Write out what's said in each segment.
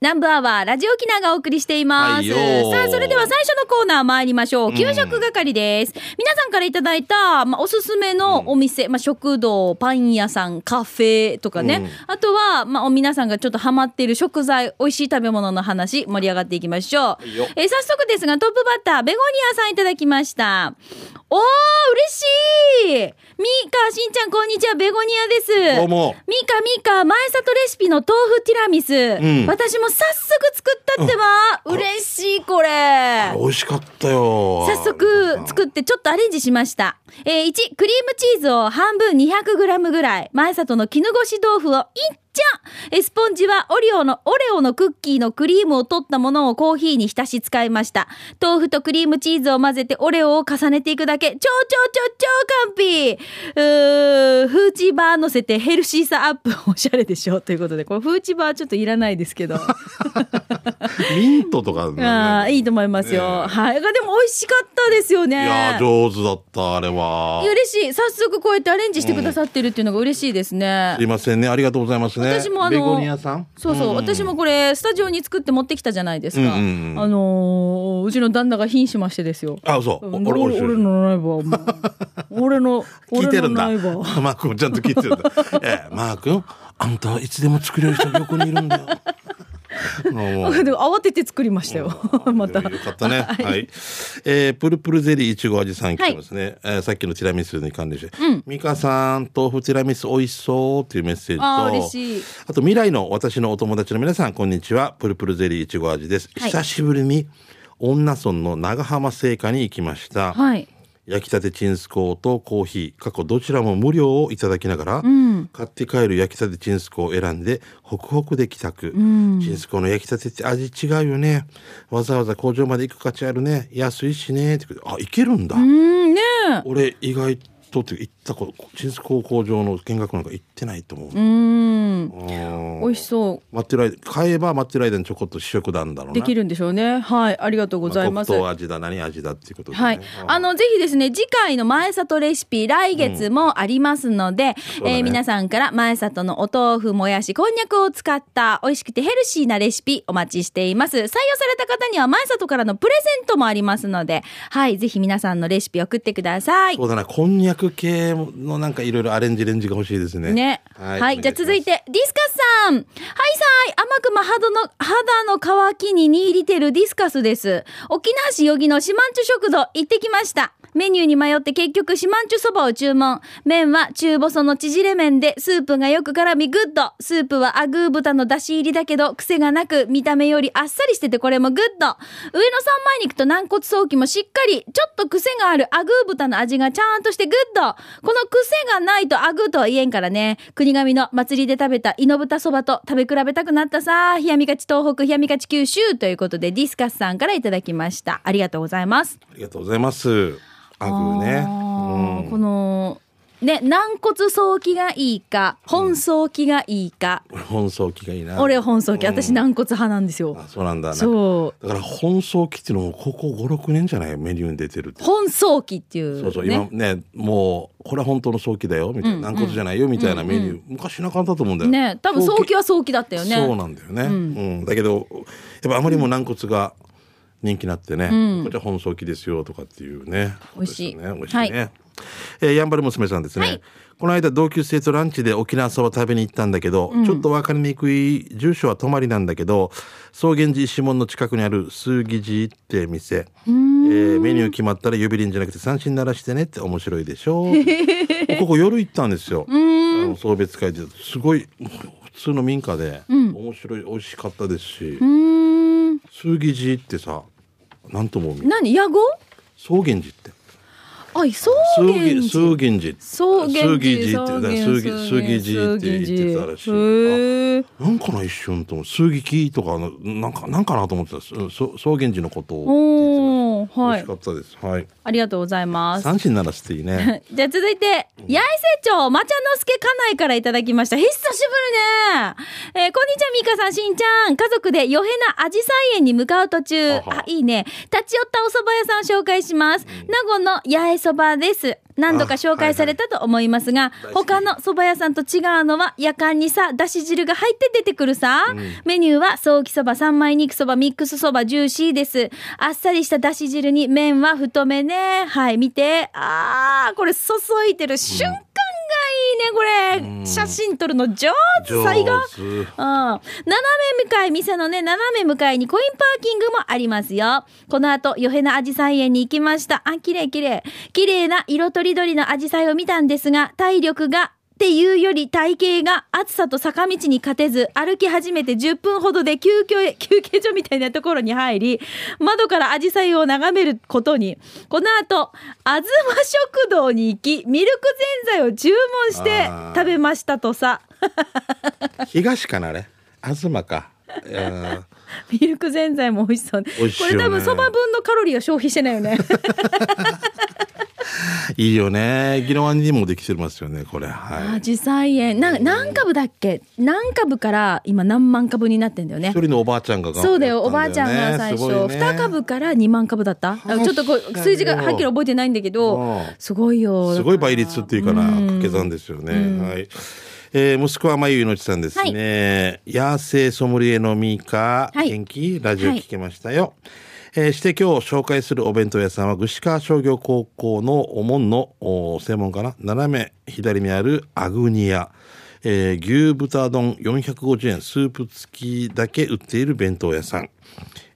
南部アワー、ラジオキナがお送りしていまはいす。よさーあ、それでは最初のコーナー参りましょう。ん給食係です。皆さんからいただいた、まあ、おすすめのお店、まあ、食堂、パン屋さん、カフェとかね。うんあとは、まあ、お皆さんがちょっとハマっている食材、美味しい食べ物の話、盛り上がっていきましょう。いよえー早速ですが、トップバッター、ベゴニアさんいただきました。おー、嬉しいミカ、しんちゃん、こんにちは、ベゴニアです。どうもミカミカ、前里レシピの豆腐ティラミス。ん私も早速作ったってば、嬉しい、これ。美味しかったよ早速作ってちょっとアレンジしました。えー、1、クリームチーズを半分 200g ぐらい、前里の絹ごし豆腐をいっちゃんえースポンジはオリオの、オレオのクッキーのクリームを取ったものをコーヒーに浸し使いました。豆腐とクリームチーズを混ぜてオレオを重ねていくだけ、超超超超完璧うー、フーチバー乗せてヘルシーさアップ、おしゃれでしょということで、これフーチバーちょっといら ないですけど。ミントとかああ、いいと思思いますよ。ねえはい。がでも美味しかったですよね。いやー上手だったあれはいや嬉しい早速こうやってアレンジしてくださってるっていうのが嬉しいですね、すいませんねありがとうございますね私もあのベゴニアさんそうそう、ん私もこれスタジオに作って持ってきたじゃないですか、うんうんうんあのーうちの旦那が瀕しましてですよあそう俺俺俺のライバーもう俺の聞いて俺るのんだ。ライバー マー君ちゃんと聞いてるんだ。 ええ、マー君、あんたいつでも作れる人が横にいるんだよ。 もうでも慌てて作りましたよ またよかっ たね。はい。えー、プルプルゼリーいちご味さん来てますね。えーさっきのティラミスに関連して。ミカさん、豆腐ティラミス美味しそうっていうメッセージと。あー嬉しいあと、未来の私のお友達の皆さん、こんにちは。プルプルゼリーいちご味です。はい久しぶりに、女村の長浜製菓に行きました。はい焼きたてチンスコーとコーヒー過去どちらも無料をいただきながら、買って帰る焼きたてチンスコを選んでホクホクで帰宅、チンスコの焼きたてって味違うよねわざわざ工場まで行く価値あるね安いしねってことあ行けるんだ、うんねえ俺意外とって行ったことチンスコ工場の見学なんか行ってないと思う、うんうん美味しそう待ってる間買えば待ってる間にちょこっと試食なんだろうなできるんでしょうねはいありがとうごございます、黒糖味だ何味だっていうことでね、はい。あの、ぜひですね、次回の前里レシピ、来月もありますので、うだねえー皆さんから前里のお豆腐、もやし、こんにゃくを使った美味しくてヘルシーなレシピお待ちしています。採用された方には前里からのプレゼントもありますので、はい。ぜひ皆さんのレシピ送ってくださいそ。うだな、こんにゃく系のなんかいろいろアレンジレンジが欲しいですね。ね。はい。じゃあ続い。て、ディスカスさん。はいさーい。甘くま肌の、肌の乾きに握りてるディスカスです。沖縄市余木の四万十食堂行ってきました。メニューに迷って結局四万十そばを注文。麺は中細の縮れ麺で、スープがよく絡みグッド。スープはアグー豚の出汁入りだけど、癖がなく、見た目よりあっさりしててこれもグッド。上野三枚肉と軟骨早期もしっかり、ちょっと癖があるアグー豚の味がちゃんとしてグッド。この癖がないとアグーとは言えんからね。国神の祭りで食べた猪豚そばと食べ比べたくなったさ。冷やみかち東北、冷やみかち九州ということで、ディスカスさんからいただきました。ありがとうございます。ありがとうございます。アグーね。あーうんこの、ね、軟骨早期がいいか、本早期がいいか。俺本草器がいいな。俺本早期、うん私軟骨派なんですよ。あそうなんだな。そう。だから本草器っていうのもここ5、6年じゃないメニューに出てるって。本早期っていう、ね。そうそう、今ね、もう、これは本当の早期だよ、みたいな、軟骨じゃないよ、みたいなメニュー、昔なかったと思うんだよ。ね多分早期は早期だったよねそうなんだよね、うんだけどやっぱあまりにも軟骨が人気になってね、こちら本草器ですよとかっていうね美味しいことですよね美味しいね、はえーやんばる娘さんですね、はいこの間同級生とランチで沖縄そば食べに行ったんだけど、ちょっと分かりにくい住所は泊まりなんだけど草原寺石門の近くにある数木寺って店、えーメニュー決まったら指輪じゃなくて三振鳴らしてねって面白いで しょここ夜行ったんですよ。あの送別会ですごい普通の民家で、面白い美味しかったですしうーん数木寺ってさなんとも海何野号草原寺ってあい草草原原寺草原寺草原寺数木寺ってだから数木数木寺って言ってたらしいへえあなんかな一瞬と思う数木木とかのなんかなんかなと思ってたそそ草原寺のことをおー美は味いしかったですはいありがとうございます三振鳴らしていいねじゃあ続いて、八重瀬町、まちゃのすけ家内からいただきました。久しぶりね。えーこんにちは、みーかさん、しんちゃん。家族で、よへなあじさい園に向かう途中。あはあ、いいね。立ち寄ったお蕎麦屋さんを紹介します。名護の八重蕎麦です。何度か紹介されたと思いますが、いはい他の蕎麦屋さんと違うのは夜間にさだし汁が入って出てくるさ、メニューは早期そば三枚肉そばミックスそばジューシーですあっさりしただし汁に麺は太めねはい見てあーこれ注いでる瞬間がいいねこれ、写真撮るの上手 上最高手うん斜め向かい店のね斜め向かいにコインパーキングもありますよこの後ヨヘナアジサイ園に行きましたあ綺麗綺麗綺麗な色とりどりのアジサイを見たんですが体力がっていうより体型が暑さと坂道に勝てず歩き始めて10分ほどで休憩 へ休憩所みたいなところに入り窓からアジサイを眺めることにこの後あずま食堂に行きミルクぜんざいを注文して食べましたとさ東かなあれ東かいやミルクぜんざいも美味しそう、ね、美味しいこよれね多分そば分のカロリーは消費してないよ ねーいいよねギロワンにもできてますよねこれはアいジサイ園な何株だっけ何株から今何万株になってんだよね一人のおばあちゃんがそうだよおばあちゃんが最初、 2 2株から2万株だったちょっとこう数字がはっきり覚えてないんだけうどんすごいよすごい倍率っていうかな、掛け算ですよね。はい。えー、息子はまゆゆのちさんですね。野生ソムリエのミカ、はい元気ラジオ聞きましたよ。えーして今日紹介するお弁当屋さんは具志川商業高校のお門のお正門かな斜め左にあるアグニア、えー牛豚丼450円スープ付きだけ売っている弁当屋さん、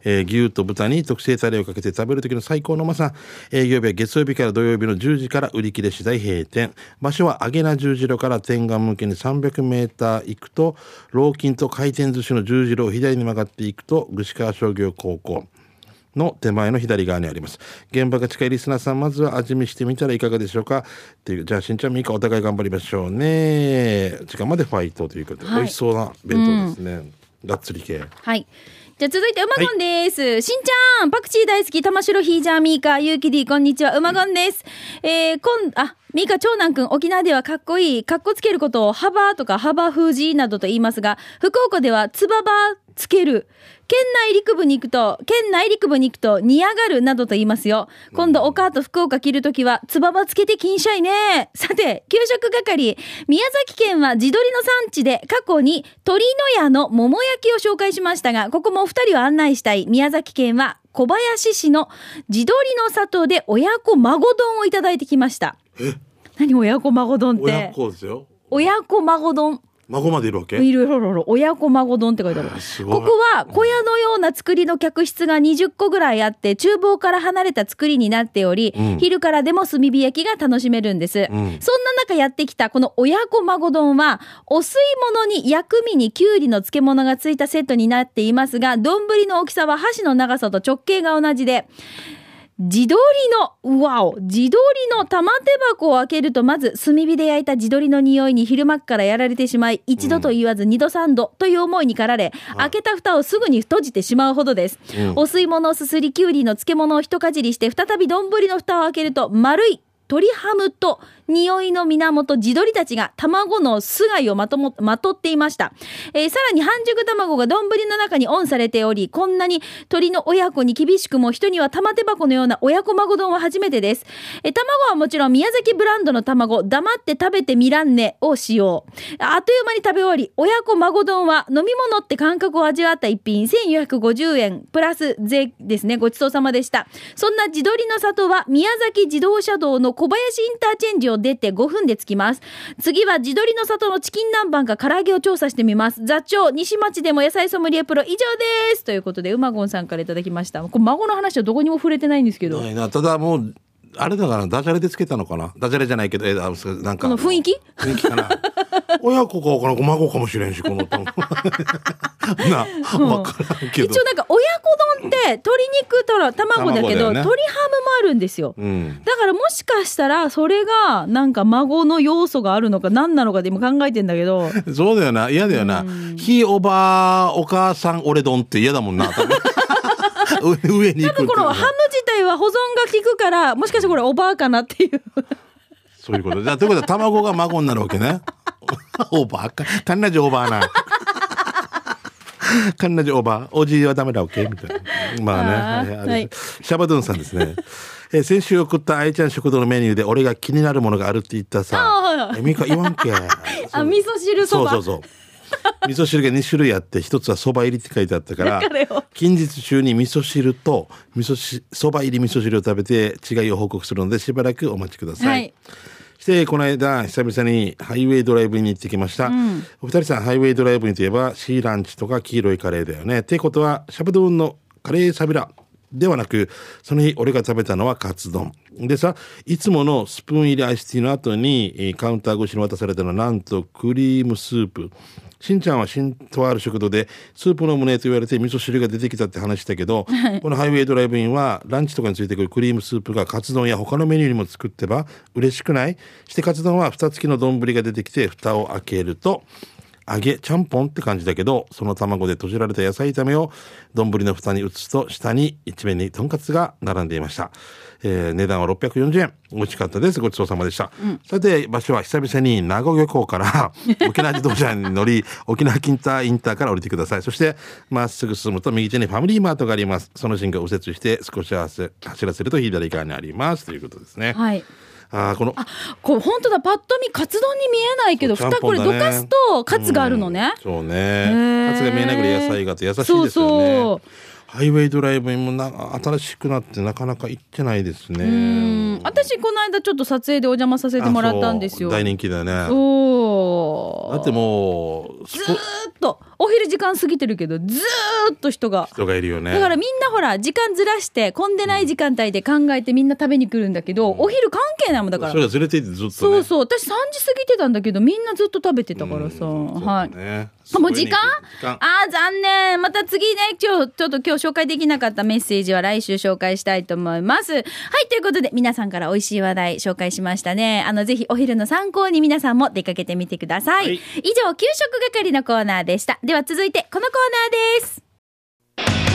えー牛と豚に特製タレをかけて食べる時の最高のうまさ営業日は月曜日から土曜日の10時から売り切れ次第閉店場所は揚げな十字路から天眼向けに3 0 0ー行くと老金と回転寿司の十字路を左に曲がっていくと具志川商業高校の手前の左側にあります現場が近いリスナーさんまずは味見してみたらいかがでしょうかっていうじゃあしんちゃんみーかお互い頑張りましょうね時間までファイトということで、はい美味しそうな弁当ですね、がっつり系はい。じゃあ続いて、うまごんです。しんちゃん、パクチー大好き、玉城ヒージャーミーカー、ゆうき D、こんにちは、うまごんです。えー、こん、あ、ミーカ長男くん、沖縄ではかっこいい、かっこつけることを、ハバーとかハバフージーなどと言いますが、福岡では、つばばつける。県内陸部に行くと、県内陸部に行くと、煮上がるなどと言いますよ。今度、お母と福岡着るときは、つばばつけて禁止いね。さて、給食係、宮崎県は地鶏の産地で、過去に鳥の屋の桃焼きを紹介しましたが、ここもお二人を案内したい。宮崎県は小林市の地鶏の里で親子孫丼をいただいてきました。何親子孫丼っ親て。子ですよ親子孫丼。孫までいるわけいろいろいろいろ親子孫丼って書いてある。すごいここは小屋のような作りの客室が20個ぐらいあって、厨房から離れた作りになっており、ん昼からでも炭火焼きが楽しめるんです。んそんな中やってきたこの親子孫丼は、お吸い物に薬味にきゅうりの漬物がついたセットになっていますが、丼の大きさは箸の長さと直径が同じで、自撮りの、うわお、自撮りの玉手箱を開けると、まず炭火で焼いた自撮りの匂いに昼間っからやられてしまい、一度と言わず二度三度という思いに駆られ、開けた蓋をすぐに閉じてしまうほどです。お吸い物をすすりきゅうりの漬物を一かじりして、再び丼の蓋を開けると、丸い鶏ハムと匂いの源地鶏たちが卵の巣貝をまともまとっていました、えーさらに半熟卵が丼の中にオンされておりこんなに鳥の親子に厳しくも人には玉手箱のような親子孫丼は初めてです、えー卵はもちろん宮崎ブランドの卵黙って食べてみらんねを使用あっという間に食べ終わり親子孫丼は飲み物って感覚を味わった一品1450円プラス税ですねごちそうさまでしたそんな地鶏の里は宮崎自動車道の小林インターチェンジを出て5分で着きます次は地鶏の里のチキン南蛮か唐揚げを調査してみます座長西町でも野菜ソムリエプロ以上ですということでうまごんさんからいただきましたこれ孫の話はどこにも触れてないんですけどないなただもうあれだからダジャレでつけたのかなダジャレじゃないけどえーあそうなんかこの雰囲気雰囲気 かな親子かこの孫かもしれんしこのな分からんけど一応なんか親子丼って鶏肉とら卵だけど卵だよね鶏ハムもあるんですよ、うんだからもしかしたらそれがなんか孫の要素があるのか何なのかで今考えてんだけ どそうだよな嫌だよなひいおばお母さん俺どんって嫌だも んな多分上上に行くっていこうののはハム自体は保存が効くからもしかしてこれおばあかなっていうそういうことじゃあということは卵が孫になるわけね おばあかカンナジオーバーなカンナジオーバーおじいはダメだオッケーみたいなまあねあーはいあれはいシャバドゥンさんですねえー先週送った愛ちゃん食堂のメニューで俺が気になるものがあるって言ったあさは。いえ、みか言わん け。あ、味噌汁そそうば。そうそう。味噌汁が2種類あって一つはそば入りって書いてあったからだからよ近日中に味噌汁と味噌しそば入り味噌汁を食べて違いを報告するのでしばらくお待ちください、はいしてこの間久々にハイウェイドライブに行ってきました、お二人さんハイウェイドライブにといえばシーランチとか黄色いカレーだよねってことはシャブドゥンのカレーサビラではなくその日俺が食べたのはカツ丼でさいつものスプーン入りアイスティーの後にえーカウンター越しに渡されたのはなんとクリームスープしんちゃんはしんとある食堂でスープの胸と言われて味噌汁が出てきたって話したけど、このハイウェイドライブインはランチとかについてくるクリームスープがカツ丼や他のメニューにも作ってば嬉しくないしてカツ丼は蓋付きの丼が出てきて蓋を開けると揚げちゃんぽんって感じだけどその卵で閉じられた野菜炒めを丼の蓋に移すと下に一面にとんかつが並んでいました、えー値段は640円美味しかったですごちそうさまでした、さて場所は久々に名護漁港から沖縄自動車に乗り沖縄近タインターから降りてくださいそしてまっすぐ進むと右手にファミリーマートがありますその進化を右折して少し走らせると左側にありますということですね、はい。あーこのこう本当だパッと見カツ丼に見えないけど、そう蓋これちゃんどぽんだねかすとカツがあるのね。そうへーね。カツが見えないぐらい野菜があって優しいですよそうね。そうハイウェイドライブもな新しくなってなかなか行ってないですね。うん。私この間ちょっと撮影でお邪魔させてもらったんですよ。あそう大人気だね。おだってもうスずポーっとお昼時間過ぎてるけどずーっと人が。人がいるよね。だからみんなほら時間ずらして混んでない時間帯で考えてみんな食べに来るんだけど、お昼関係ないもんだからそれがずれていてずっとね。そうそう私3時過ぎてたんだけどみんなずっと食べてたからさ、うんはいそう。ねあもう時間時間あー残念また次ね今日ちょっと今日紹介できなかったメッセージは来週紹介したいと思いますはいということで皆さんから美味しい話題紹介しましたねあのぜひお昼の参考に皆さんも出かけてみてください、はい以上給食係のコーナーでしたでは続いてこのコーナーです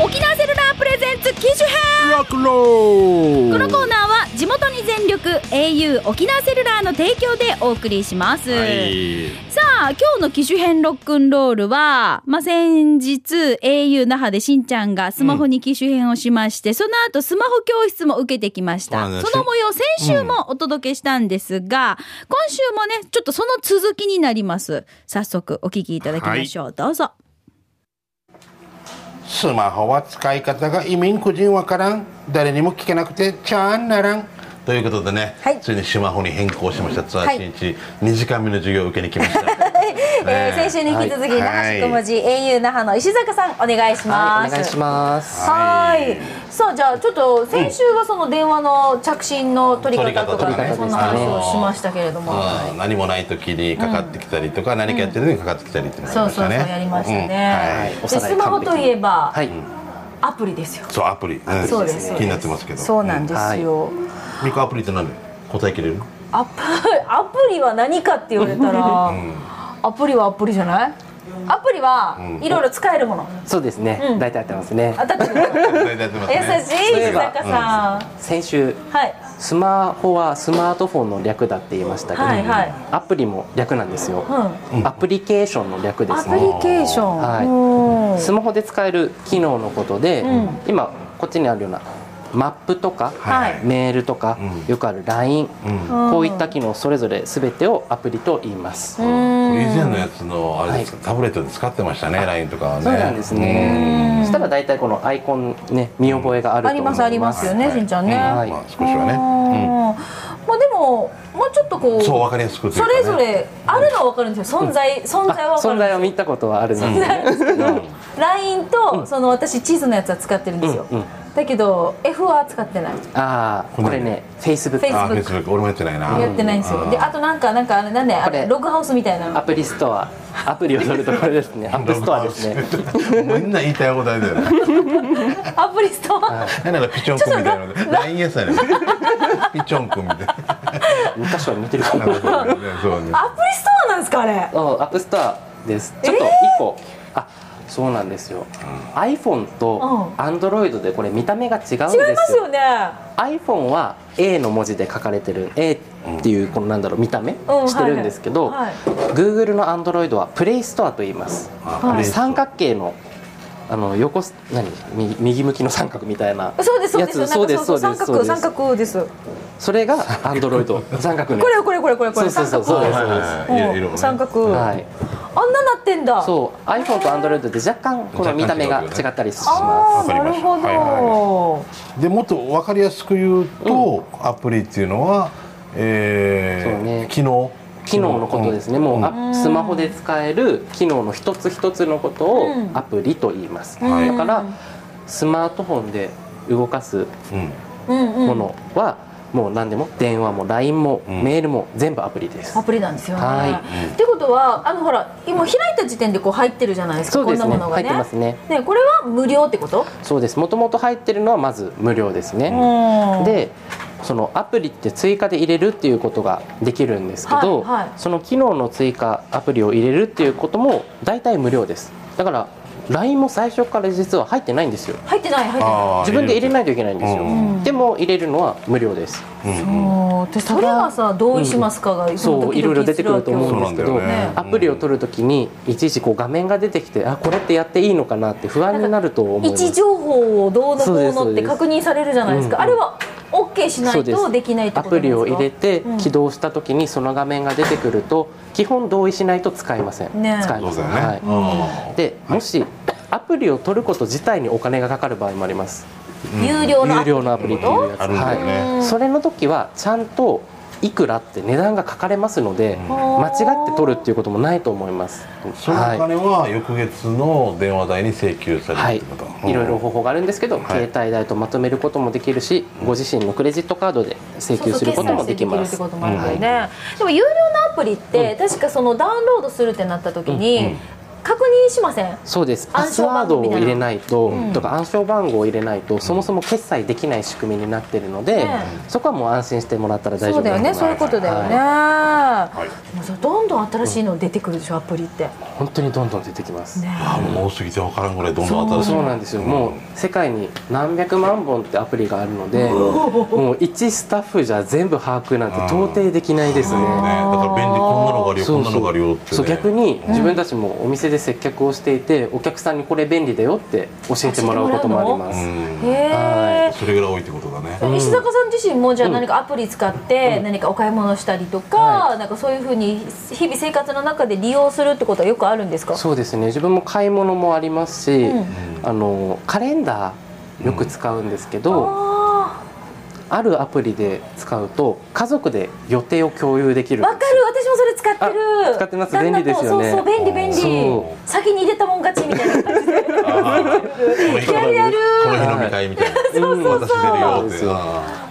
沖縄セルラープレゼンツ機種編ロックンローこル。のコーナーは地元に全力 au 沖縄セルラーの提供でお送りします、はい。さあ今日の機種編ロックンロールは、まあ、先日 au 那覇でしんちゃんがスマホに機種編をしまして、その後スマホ教室も受けてきましそうなんたですその模様先週もお届けしたんですが、今週もねちょっとその続きになります早速お聞きいただきましょう、どうぞスマホは使い方が意味に個人わからん誰にも聞けなくてちゃんならんということでね、はいついにスマホに変更しました。ツアはーい新一二時間目の授業を受けに来ました。 えー、先週に引き続き、はい那覇市小文字、au 那覇の石坂さんお願いしまはす。い、お願いします。ははいい。さあじゃあちょっと先週はその電話の着信の取り方とか取り方とかねねそんな話をしましたけれども、うん何もない時にかかってきたりとか、何かやってる時にかかってきたりってなりそうましそうそたうね。やりましたうんはねい。おでさらいスマホといえばはい、アプリですよ。そうアプリ、うんそうですそうです気になってますけど。そうなんですよ。うん。ミコアプリって何？答えきれる？アプアプリは何かって言われたら、アプリはアプリじゃない？アプリはいろいろ使えるもの。そうですね、大体やってますね。あだって答えてやってま す優ねしい石坂さん。先週、はい。スマホはスマートフォンの略だって言いましたけど、はいはいアプリも略なんですよ、アプリケーションの略でアすプね。リケーション。はいおースマホで使える機能のことで、ん今こっちにあるようなマップとか、はいメールとか、うんよくある LINE、うん。こういった機能それぞれ全てをアプリと言います。以前のやつのあれですか、タブレットで使ってましたね、ラインとかはね。そうなんですね。そしたら大体このアイコンね見覚えがあるとあ思りいま。ますすありますよね、しんちゃんね。うんはいまあ少しはあね。ーまあでももうちょっとこうそうわかりやすくというそかねれぞれあるのはわかるんですよ存在、存在はわかる存んで在を見たことはあるのですけど LINE とその私地図のやつは使ってるんですよ、うんうんだけど F は使ってないああこれね Facebook Facebook あ、フェイスブック俺もやってないな。やってないんですよであとなんかなんかあれなんであこれれログハウスみたいなアのプリストアアプリを取るとこれですねアップストアですね。みんな言いたいことあるだよね。アプリストアなんならピチョン君みたいなので、ラインやさね。ピチョン君みたいな。 2箇所見てるかなな。るうほどねそうね。アプリストアなんですかあれんアップストアです。ちょっと1個、あそうなんですよ、iPhone とう Android でこれ見た目が違うんですよ違いますよね iPhone は A の文字で書かれてる A っていうこのなんだろう見た目うんしてるんですけど、はいはい Google の Android はプレイストアと言いますはいプレイストア三角形のあの横す何み右向きの三角みたいなそうですそうですそうですなそんうかそですうそう三角そう三です角ですそれが Android 三角のやつこれこれこれこれこれそうそうそうそうですそうですはいはいはい色々ね三角はあいんななってんだそう iPhone と Android で若干この見た目が違ったりしまあすあなるほわかりましたどでもっと分かりやすく言うと、アプリっていうのは、えそうねー機能機能のことですね、もうあスマホで使える機能の一つ一つのことをうんアプリと言います、はいだからスマートフォンで動かすうんうんうんものは、もう何でも電話も LINE も、うんメールも全部アプリですアプリなんですよね、はいってことはあのほら今開いた時点でこう入ってるじゃないですかそうですこねんなものが入っねてますねねこれは無料ってことそうですもともと入ってるのはまず無料ですね、ででそのアプリって追加で入れるっていうことができるんですけど、はいはいその機能の追加アプリを入れるっていうことも大体無料ですだから LINE も最初から実は入ってないんですよ入ってない入ってないあー自分で入れないといけないんですよ、んでも入れるのは無料ですそれはさ同意しますかが、のそう時々いろいろ出てくると思すうんわですけそど、うなんだよねアプリを取るときにいちいちこう画面が出てきてあこれってやっていいのかなって不安になると思けいよま位置す情報をどうのこうのそうっでてす確認されるじゃないですか、うんうんあれは OK しなそういですとできないってアことプなんでリすかを入れてうん起動したときにその画面が出てくると基本同意しないと使えません、ねえ使えません、そうだよねはい、でもしアプリを取ること自体にお金がかかる場合もあります有料の有料のアプリというやつあるんだよねはい、それの時はちゃんといくらって値段が書かれますので間違って取るっていうこともないと思いますそのお金は翌月の電話代に請求さはれるいってこと、、いろいろ方法があるんですけど、携帯代とまとめることもできるし、ご自身のクレジットカードで請求することもできます。そうそう決済してできるってこともあるよねでも有料のアプリって、確かそのダウンロードするってなった時に、確認しませんそうですパ暗ス証ワ番ード号みをたいな入れないと、とか暗証番号を入れないとそもそも決済できない仕組みになってるので、ねそこはもう安心してもらったら大丈そう夫だよねそういうことだよね、いもうさどんどん新しいの出てくるでしょアプリってね本当にどんどん出てきます、あもう多すぎて分からんぐらいどんどん新しいそうなんですよ、もう世界に何百万本ってアプリがあるので、もう一スタッフじゃ全部把握なんて到底できないですね、ね、だから便利こんなのがあるよこそんうなそのうがあるよって、ね、そう逆に自分たちもお店で接客をしていて、お客さんにこれ便利だよって教えてもらうこともありまうす、んへえそれぐらい多いってことだね石坂さん自身もじゃあ何かアプリ使って何かお買い物したりとか、なんかそういうふうに日々生活の中で利用するってことはよくあるんですかそうですね自分も買い物もありますし、うんあのカレンダーよく使うんですけど、ああるアプリで使うと家族で予定を共有できるーわかる私もそれ使ってるあ使ってます旦那と便利ですよねそうそう便利便そ利先に入れたもん勝ちみたい な感じでやるやるこの日のみたいみたいな そうそう私出るよってそうそう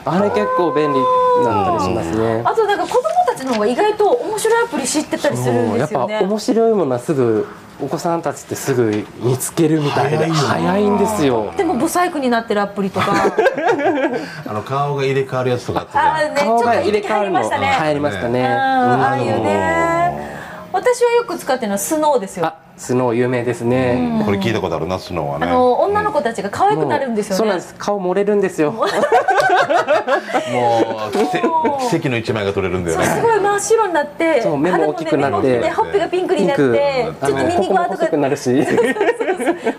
あれ結構便利だったりしますねあとなんか子供たちの方が意外と面白いアプリ知ってたりするんやでっすぱよね面白いものはすぐお子さんたちってすぐ見つけるみたいで早いよ早いんですよでもブサイクになってるアプリと かあの顔が入れ替わるやつとかあったじゃんあーねちょ顔っとが入れ一気替わ入りるまのしたね、入りましたねうんああいうね私はよく使ってるのはスノーですよあスノー有名ですねこれ聞いたことあるなスノーはあねの女の子たちが可愛もくうなるんですよね。そうなんです顔漏れるんですよもう奇跡奇跡の一枚が取れるんだよそうす ねごい真っ白になって、そう目も大きくなって鼻もね目も大きほっぺがピンクになって、ちあょっとのミニここゴもアと細かく、なるし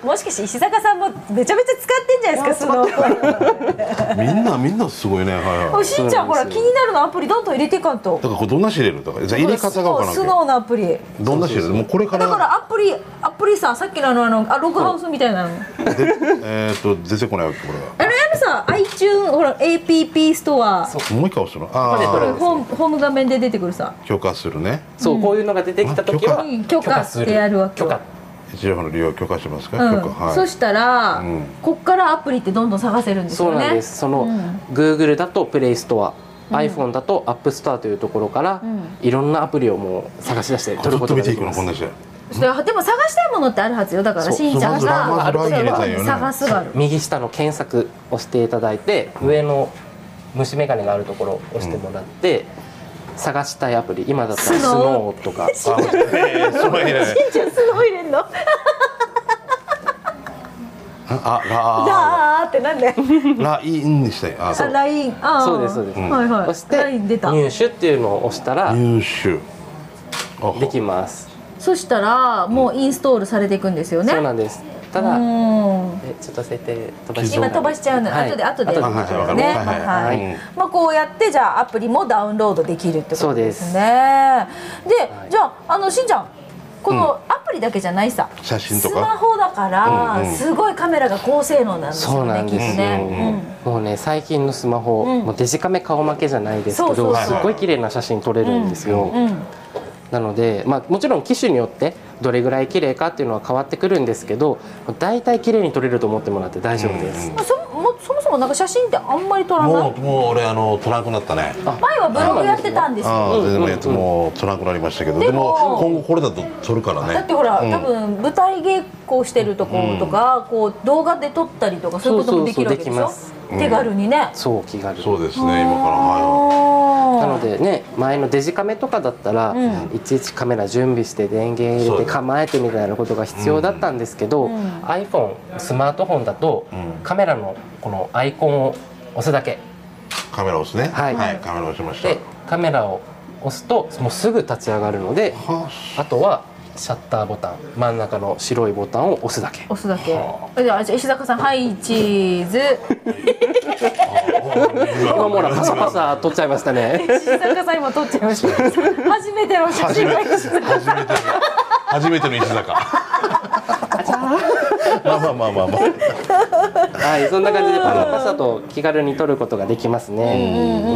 もしかして石坂さんもめちゃめちゃ使ってんじゃないですか、その。みんなみんなすごいねはいはおいしんちゃん、ほら、気になるのアプリどんどん入れていかんと。だからこれどんなし入れるだからじゃあ入れ方がわからんスけノーのアプリ。どどんなし入れるもうこれかだかららアプリ、アプリさ、さっきのあの、あの、あログハウスみたいなの。でえっと出てこないわけこれあれ、あのさ、iTune、ほら、APP ストア、はもう一回押すのあこあれ取ホームホーム画面で出てくるさ、許可するねそうこういうのが出てきた時はうん許可してやるわけ許よ。可一両の利用許可しますかう許可ん、はそいしたら、うんこっからアプリってどんどん探せるんですそようねなんですその、Google だと Play Store iPhone だと App Store というところから、いろんなアプリをもう探し出して取るずこっとと見がてでいきくのまこすんなしそれはでも探したいものってあるはずよだからしんちゃんそうがまずまずライン入れたいよね探すがある右下の検索をしていただいて上の虫眼鏡があるところを押してもらって、探したいアプリ今だったらススノーノーとかあええその入れないしんちゃんすごい入れんのあだラーってなんでーラインでしたよああラインあーそうですそうですはいはいそしてライン出た入手っていうのを押したら入手あできますそしたらもうインストールされていくんですよねそうなんですただうんえちょっと設定飛ばし今飛ばしちゃうの、はい後で後で後あはいはいわかるねはいはいはうんいまあこうやってじゃあアプリもダウンロードできるってこそとうでですすねでいじゃああのしんちゃんこのアプリだけじゃないさ、写真とスかマホだから、うんうんすごいカメラが高性能なんですそうよねなんきっでとすよ、ね、もうね最近のスマホ、うんもうデジカメ顔負けじゃないですけどそうそうすそうっごい綺麗な写真撮れるんですよ、うんうんなので、まあ、もちろん機種によってどれぐらい綺麗かっていうのは変わってくるんですけど大体綺麗に撮れると思ってもらって大丈夫です、まあ、そもそもそもなんか写真ってあんまり撮らなもいうもう俺あのトランクになったね前はブログやってたんですよああ全然もうやつもうトランクになりましたけどでも今後これだと撮るからねだってほら、うん多分舞台稽古してるとことか、こう動画で撮ったりとかそういうこともできるわけでしょそうそうそう手軽にね、そう気軽にそうですね今からはななのでね前のデジカメとかだったら、ういちいちカメラ準備して電源そ入うれでてす構えてみたいなことが必要だったんですけど、うんうん iPhone スマートフォンだと、うんカメラのこのアイコンを押すだけいカメラ押すねはいカメラ押しましたでカメラを押すともうすぐ立ち上がるのではあとはシャッターボタン真ん中の白いボタンを押すだけ押すだけ、えじゃあじゃあ石坂さんはいチーズ今もうパサパサ取っちゃいまし たね石坂さん今撮っちゃいました初めての写初真めがて石坂初めての初めての石坂まあまあまあまあまあはいそんな感じでパサパサと気軽に撮ることができますねう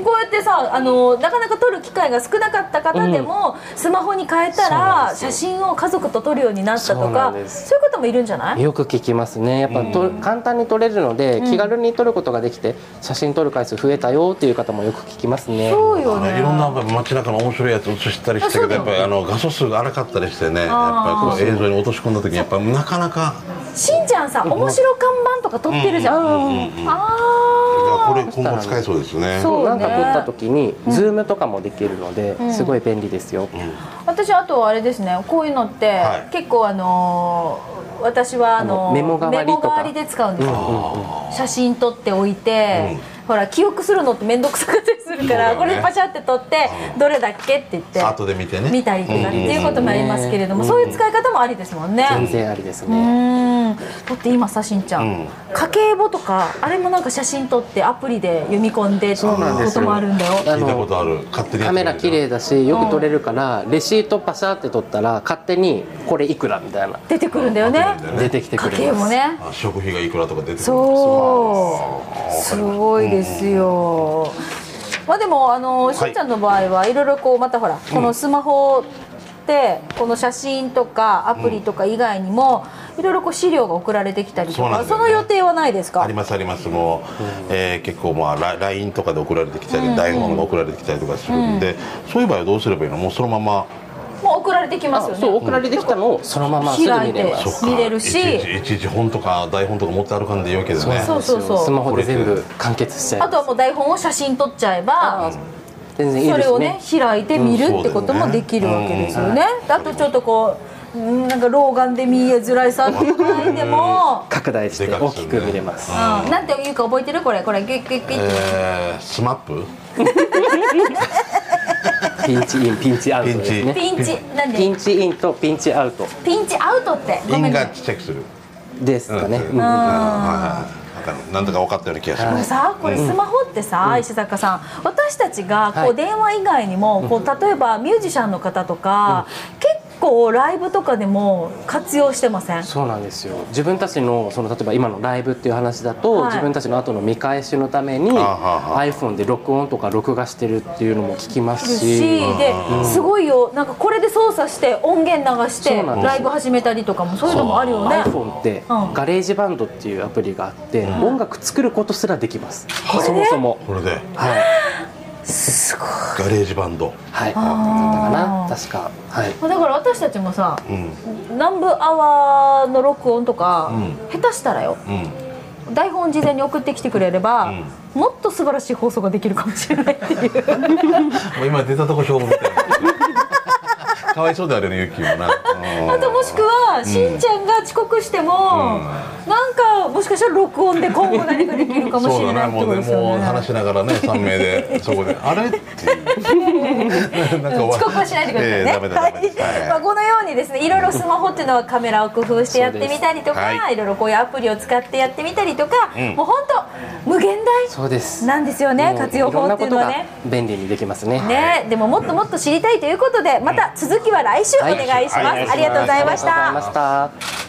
んこうやってさあのなかなか撮る機会が少なかった方でも、スマホに変えたそうなんらです写よ真を家族と撮るようになったそとうなかんそういうです方もいるんじゃないよく聞きますねやっぱと簡単に撮れるので気軽に撮ることができて写真撮る回数増えたよっていう方もよく聞きますねそうよねいろんな街中の面白いやつ映したりしたあそうけどやっなのぱりあの画素数が荒かったりしてねやっあーぱりこう映像に落とし込んだ時にやっぱなかなかしんちゃんさ面白看板とか撮ってるじゃん、いやあこれ今後使えそうですねそうねなんか撮った時にズームとかもできるのでんすごい便利ですよあ私あとあれですねこういうのって、はい結構あのー私はあのーあのメモ代わりとかメモ代わりで使うんですよ、写真撮っておいて、ほら記憶するのって面倒くさかったりするから、そうこだよねれパシャって撮ってどれだっけって言って後で見てね見たりとかっていうこともありますけれども、そういう使い方もありですもんね、全然ありですうねーんだって今さしんちゃん、うん家計簿とかあれもなんか写真撮ってアプリで読み込んでっていうなんこですとよもあるんだよあ聞いたのことある勝手にやカってくれメラる綺麗だしよく撮れるから、レシートパシャって撮ったら勝手にこれいくらみたいな出てくるんだよね出てきてく家れ計ま簿す、ねあ食費がいくらとか出てくるそうすごいですよ、まあでもあのしんちゃんの場合はいろいろこうまたほらこのスマホでこの写真とかアプリとか以外にもいろいろこう資料が送られてきたりとそうなかんだそよねの予定はないですあかりますありますもう、えー結構まあラ LINE とかで送られてきたり、台本が送られてきたりとかするんで、そういう場合はどうすればいいのもうそのままもう送られてきますよあねそう送られてきたのをそのまますぐ見れま開いすて見れるしいちいちいちいち本とか台本とか持って歩かんでよいわけどねそうそうそうスマホで全部完結しちゃあいとまはもう台本を写真撮っちゃえばす全然いいそでれすをねね開いて見るってこともできるわけですよねあとちょっとこううんなんか老眼で見えづらいさっていう場合でも拡大してでかく大すきるねく見れます、うんなんていうか覚えてるこれこれギュッギュッギュッってえー、スマップピンチインピンチアウトですねピンチなんピでンチインとピンチアウトピンチアウトってごイめンんがねちっちゃくするですかね、うんはいはいわかるなんとか分かったような気がしこまれすさこれスマホってさ、石坂さん私たちがこはうい電話以外にもこう例えばミュージシャンの方とか、結構ライブとかでも活用してませんそうなんですよ自分たちのその例えば今のライブっていう話だと、はい自分たちの後の見返しのためにあは iPhone で録音とか録画してるっていうのも聞きますしですごいよなんかこれで操作して音源流してそうなんですライブ始めたりとかもそういうのもあるよね iPhone ってうんガレージバンドっていうアプリがあって、音楽作ることすらできます、そもそもこれではい、ガレージバンドはい、だったかな確かはいまあだから私たちもさうん南部アワーの録音とか、下手したらようん台本事前に送ってきてくれれば、もっと素晴らしい放送ができるかもしれないっていう もう今出たとこ勝負みたいなかわいそうだよねユキもなあともしくは、しんちゃんが遅刻しても、なんかもしかしたら録音で今後何かできるかもしそうれだないなってこもうとねですよもうね。話しなが らね3名でそこであれっていうなん遅刻はしないでくださいね。えーダメだダメですはいはいまあこのようにですね、いろいろスマホっていうのはカメラを工夫してやってみたりそとうですか、はいいろいろこういうアプリを使ってやってみたりとか、うんもう本当無限そうです大なんですよねも、う活用法っていうのはろんなねこ。とが便利にできますねね、でももっともっと知りたいということで、また続きは来週お願いします。はいはいありがとうございましありがとたうご。ざいました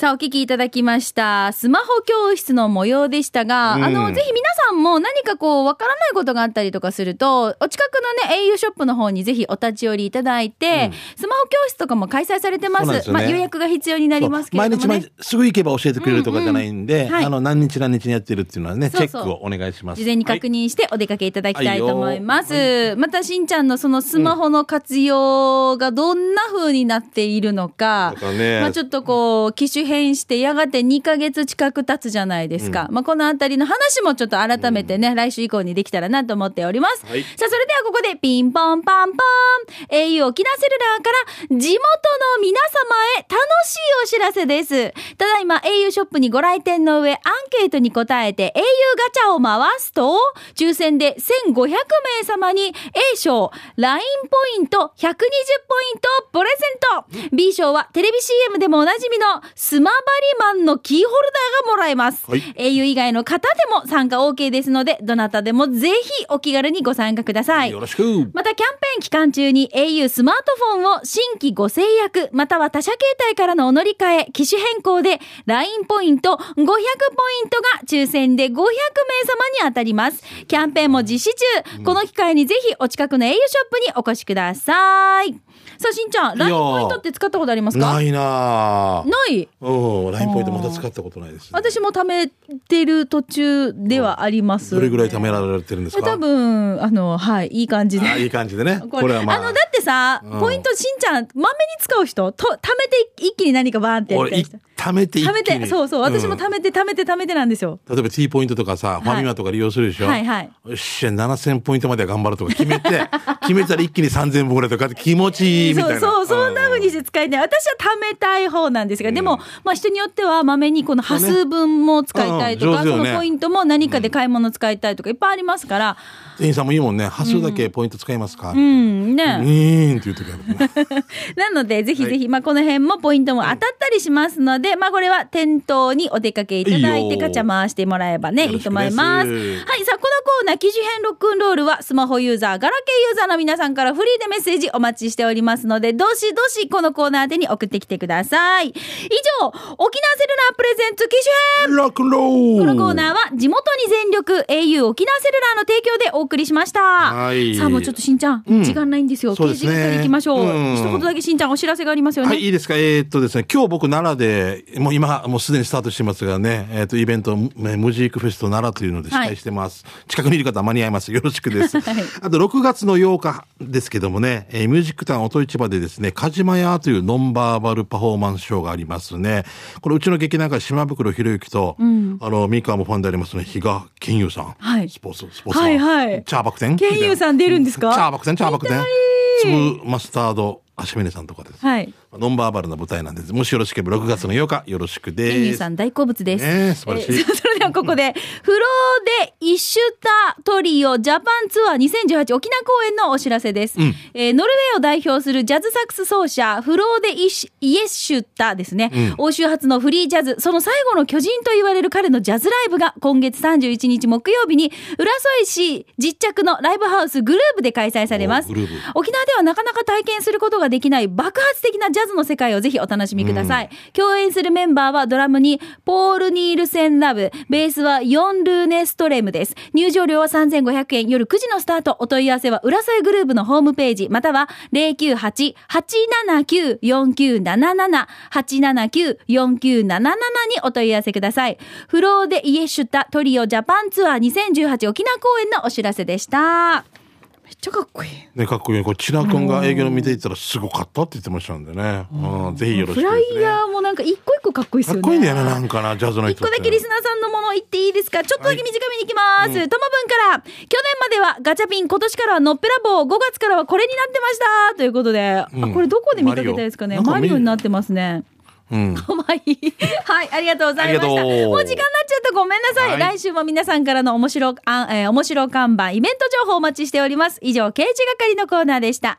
さあ、お聞きいただきました。スマホ教室の模様でしたが、うんあの、ぜひ皆さんも何かこう、わからないことがあったりとかすると、お近くのね、au ショップの方にぜひお立ち寄りいただいて、スマホ教室とかも開催されてま。そうなんですすよまねあ、予約が必要になりますけれ毎ども、日ね。毎日すぐ行けば教えてくれるとかじゃないんで、んはいあの何日何日にやってるっていうのはねそうそうチェックをお願いします事前に確はい認してお出かけいただきたいと思います。またしんちゃんのそのスマホの活用がどんな風になっているのかだ、からねまあちょっとこう機種変してやがて2ヶ月近く経つじゃないですか。まあこのあたりの話もちょっと改めてね、来週以降にできたらなと思っております。はいさあそれではここでピンポンパンポーン au 沖縄セルラーから地元の皆様へ楽しいお知らせです。ただいま au ショップにご来店の上アンケートに答えて au ガチャを回すと抽選で1500名様に A 賞 LINE ポイント120ポイントをプレゼント B 賞はテレビ CM でもおなじみのスマバリマンのキーホルダーがもらえます、はい au 以外の方でも参加 OK ですのでどなたでもぜひお気軽にご参加くださいよろしくまたキャンペーン期間中に au スマートフォンを新規ご制約または他社携帯からのお乗り換え、機種変更で LINE ポイント500ポイントが抽選で500名様に当たります。キャンペーンも実施中。この機会にぜひお近くの au ショップにお越しください。さあ、しんちゃん、いや LINE ーポイントって使ったことありますか。ないいなぁないうんラインポイントまだ使ったことないです私も貯めてる途中ではあります。どれぐらい貯められてるんですか多分、あの、はい、いい感じで。あいい感じでね ここれれはまあのだあってさ、うんポイントしんちゃんまめに使う人と貯めて一気に何かバーンってやった俺りいして貯めて一気貯にめてそうそう私もん貯めて貯めて貯めてなんですよ、例えば T ポイントとかさ、ファミマとか利用するでしょ、はいはいよっしゃ7000ポイントまでは頑張るとか決めて決めたら一気に3000分ぐらいとかって気持ちいいみたいそうなそうそんなふうにして使いたい私は貯めたい方なんですが、でも、まあ、人によってはまめにこの波数分も使いたいとか、そうねうん上手よそねのポイントも何かで買い物使いたいとかいっぱいありますから店員さんもいいもんね端数だけポイント使いますか、ううんんね、ーんっていう時ある ねなので、ぜひぜひ、まあ、この辺もポイントも当たったりしますので、まあ、これは店頭にお出かけいただいいいて、よガチャ回してもらえばね、よいろいしとく思でいすます。はい、さあ、このコーナー、記事編ロックンロールは、スマホユーザー、ガラケーユーザーの皆さんからフリーでメッセージお待ちしておりますので、どしどし、このコーナー宛てに送ってきてください。以上、沖縄セルラープレゼンツ機種編ロックンロこールのコーナーは地元に全力 au 沖縄セルラーの提供でお送りしました。はいさあもうちょっとしんちゃん、うん時間ないんですよ。そうですね刑事係行きましょう。うん一言だけしんちゃんお知らせがありますよね。はい、いいですか。えーっとですね、今日僕奈良で、もう今、もうすでにスタートしてますがね、えーっと、イベント、むえームジークフェスト奈良というので司はい会してます。近くにいる方は間に合います。よろしくで す。はいあと、6月の8日ですけどもね、えーミュージックタウン音市場でですね、カジマヤというノンバーバルパフォーマンスショーがありますね。これ、うちの劇団から島袋博之と、あの、三河もファンでありますね、比嘉健優さん。はいスポーツ、スポーツマン。はいはいチャーバクテン。ケンユーさん出るんですかチャーバクテン、チャーバクテン。粒マスタード、足峰さんとかです。はい。ノンバーバルな舞台なんです。もしよろしければ6月の8日よろしくです。ケンユーさん大好物です。ねえ素晴らしいえーそれではここで、フローでイシュタトリオジャパンツアー2018沖縄公演のお知らせです。えーノルウェーを代表するジャズサックス奏者、フローデイシイエシュタですね、欧州初のフリージャズ、その最後の巨人と言われる彼のジャズライブが今月31日木曜日に、浦添市実着のライブハウスグルーブで開催されますおーグルーブ。沖縄ではなかなか体験することができない爆発的なジャズの世界をぜひお楽しみください。共演するメンバーはドラムにポール・ニールセン・ラブ、ベースはヨン・ルーネ・ストレムです。入場料は3500円、夜9時のスタート。お問い合わせは浦添グループのホームページ、または098-879-4977、879-4977にお問い合わせください。フローでイエシュタトリオジャパンツアー2018沖縄公演のお知らせでした。めっちゃかっこいい。ね、かっこいい。これ、千奈君が営業の見ていたらすごかったって言ってましたんでね。うん、ぜひよろしくフです、ね。ライヤーもなんか一個一個かっこいいですかよっね。こいいんだよね、なんかな、ジャズの人一個だけリスナーさんのもの言っていいですかちょっとだけ短めにいきます。ともぶんから、去年まではガチャピン、今年からはのっぺらぼう、5月からはこれになってましたということで、うんあこれどこで見かけたんですかねマリオマリオになってますね。うん。かわいい。 はい、ありがとうございました。ありがとうもう時間になっちゃった。ごめんなさい。はい来週も皆さんからの面白あ、えー面白看板、イベント情報お待ちしております。以上、刑事係のコーナーでした。